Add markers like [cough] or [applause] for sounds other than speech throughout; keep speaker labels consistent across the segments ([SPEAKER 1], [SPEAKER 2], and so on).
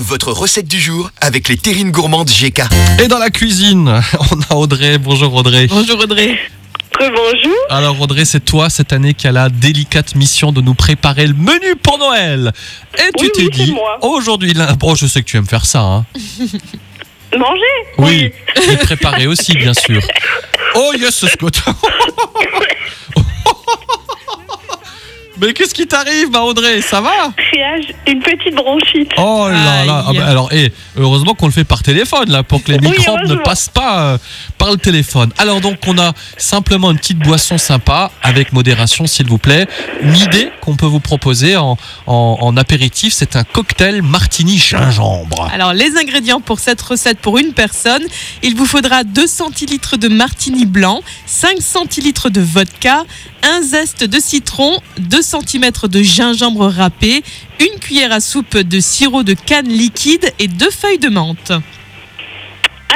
[SPEAKER 1] votre recette du jour avec les terrines gourmandes GK.
[SPEAKER 2] Et dans la cuisine, [laughs] on a Audrey. Bonjour Audrey.
[SPEAKER 3] [laughs] Bonjour Audrey.
[SPEAKER 4] Rebonjour.
[SPEAKER 2] Alors Audrey, c'est toi cette année qui a la délicate mission de nous préparer le menu pour Noël. Et tu
[SPEAKER 4] Oui,
[SPEAKER 2] t'es
[SPEAKER 4] oui, c'est
[SPEAKER 2] dit,
[SPEAKER 4] moi.
[SPEAKER 2] aujourd'hui, là- bon, je sais que tu aimes faire ça. hein.
[SPEAKER 4] Manger
[SPEAKER 2] Oui, et préparer aussi, bien sûr. Oh yes, Scott. [laughs] Mais qu'est-ce qui t'arrive, ma Audrey Ça va
[SPEAKER 4] Triage, une petite bronchite.
[SPEAKER 2] Oh là là. Ah
[SPEAKER 3] Aïe.
[SPEAKER 2] bah alors, eh, heureusement qu'on le fait par téléphone là, pour que les
[SPEAKER 4] Oui,
[SPEAKER 2] microbes ne
[SPEAKER 4] heureusement.
[SPEAKER 2] passent pas euh, par le téléphone. Alors donc, on a simplement une petite boisson sympa avec modération, s'il vous plaît. Une idée qu'on peut vous proposer en, en- en apéritif, c'est un cocktail martini gingembre.
[SPEAKER 3] Alors, les ingrédients pour cette recette pour une personne, il vous faudra 2 centilitres de martini blanc, 5 centilitres de vodka, un zeste de citron, 2 cm de gingembre râpé, une cuillère à soupe de sirop de canne liquide et deux feuilles de menthe.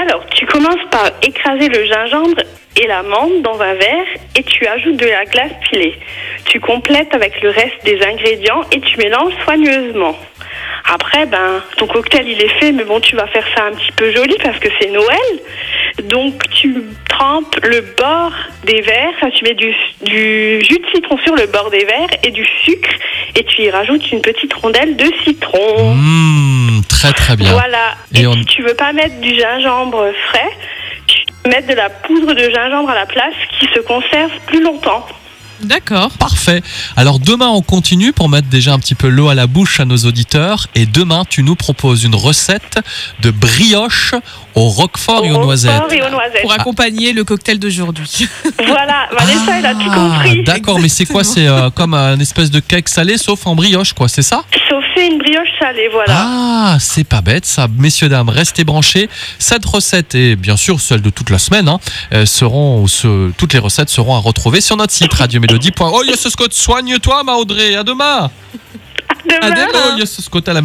[SPEAKER 4] Alors, tu commences par écraser le gingembre et la menthe dans un verre et tu ajoutes de la glace pilée. Tu complètes avec le reste des ingrédients et tu mélanges soigneusement. Après, ben, ton cocktail il est fait, mais bon, tu vas faire ça un petit peu joli parce que c'est Noël. Donc, tu trempes le bord des verres, enfin, tu mets du, du jus de citron sur le bord des verres et du sucre et tu y rajoutes une petite rondelle de citron.
[SPEAKER 2] Mmh, très très bien.
[SPEAKER 4] Voilà.
[SPEAKER 2] Et
[SPEAKER 4] Et,
[SPEAKER 2] on-
[SPEAKER 4] si tu veux pas mettre du gingembre frais, tu peux mettre de la poudre de gingembre à la place qui se conserve plus longtemps.
[SPEAKER 3] D'accord.
[SPEAKER 2] Parfait. Alors demain, on continue pour mettre déjà un petit peu l'eau à la bouche à nos auditeurs. Et demain, tu nous proposes une recette de brioche au roquefort et aux
[SPEAKER 4] Au
[SPEAKER 2] noisettes.
[SPEAKER 4] porc et aux noisettes.
[SPEAKER 3] Pour accompagner le cocktail d'aujourd'hui.
[SPEAKER 4] Voilà, Vanessa, elle a tout
[SPEAKER 2] Ah,
[SPEAKER 4] compris.
[SPEAKER 2] D'accord, mais c'est quoi C'est euh, comme un espèce de cake salé, sauf en brioche, quoi, c'est ça
[SPEAKER 4] Sauf c'est une brioche salée, voilà.
[SPEAKER 2] Ah, c'est pas bête ça. Messieurs, dames, restez branchés. Cette recette et bien sûr celle de toute la semaine hein, euh, seront, ce- toutes les recettes seront à retrouver sur notre site radiomélodie.com. Oh, yes, Scott, soigne-toi, ma Audrey. À demain.
[SPEAKER 4] Demain.
[SPEAKER 2] Oh, yes, Scott, elle a même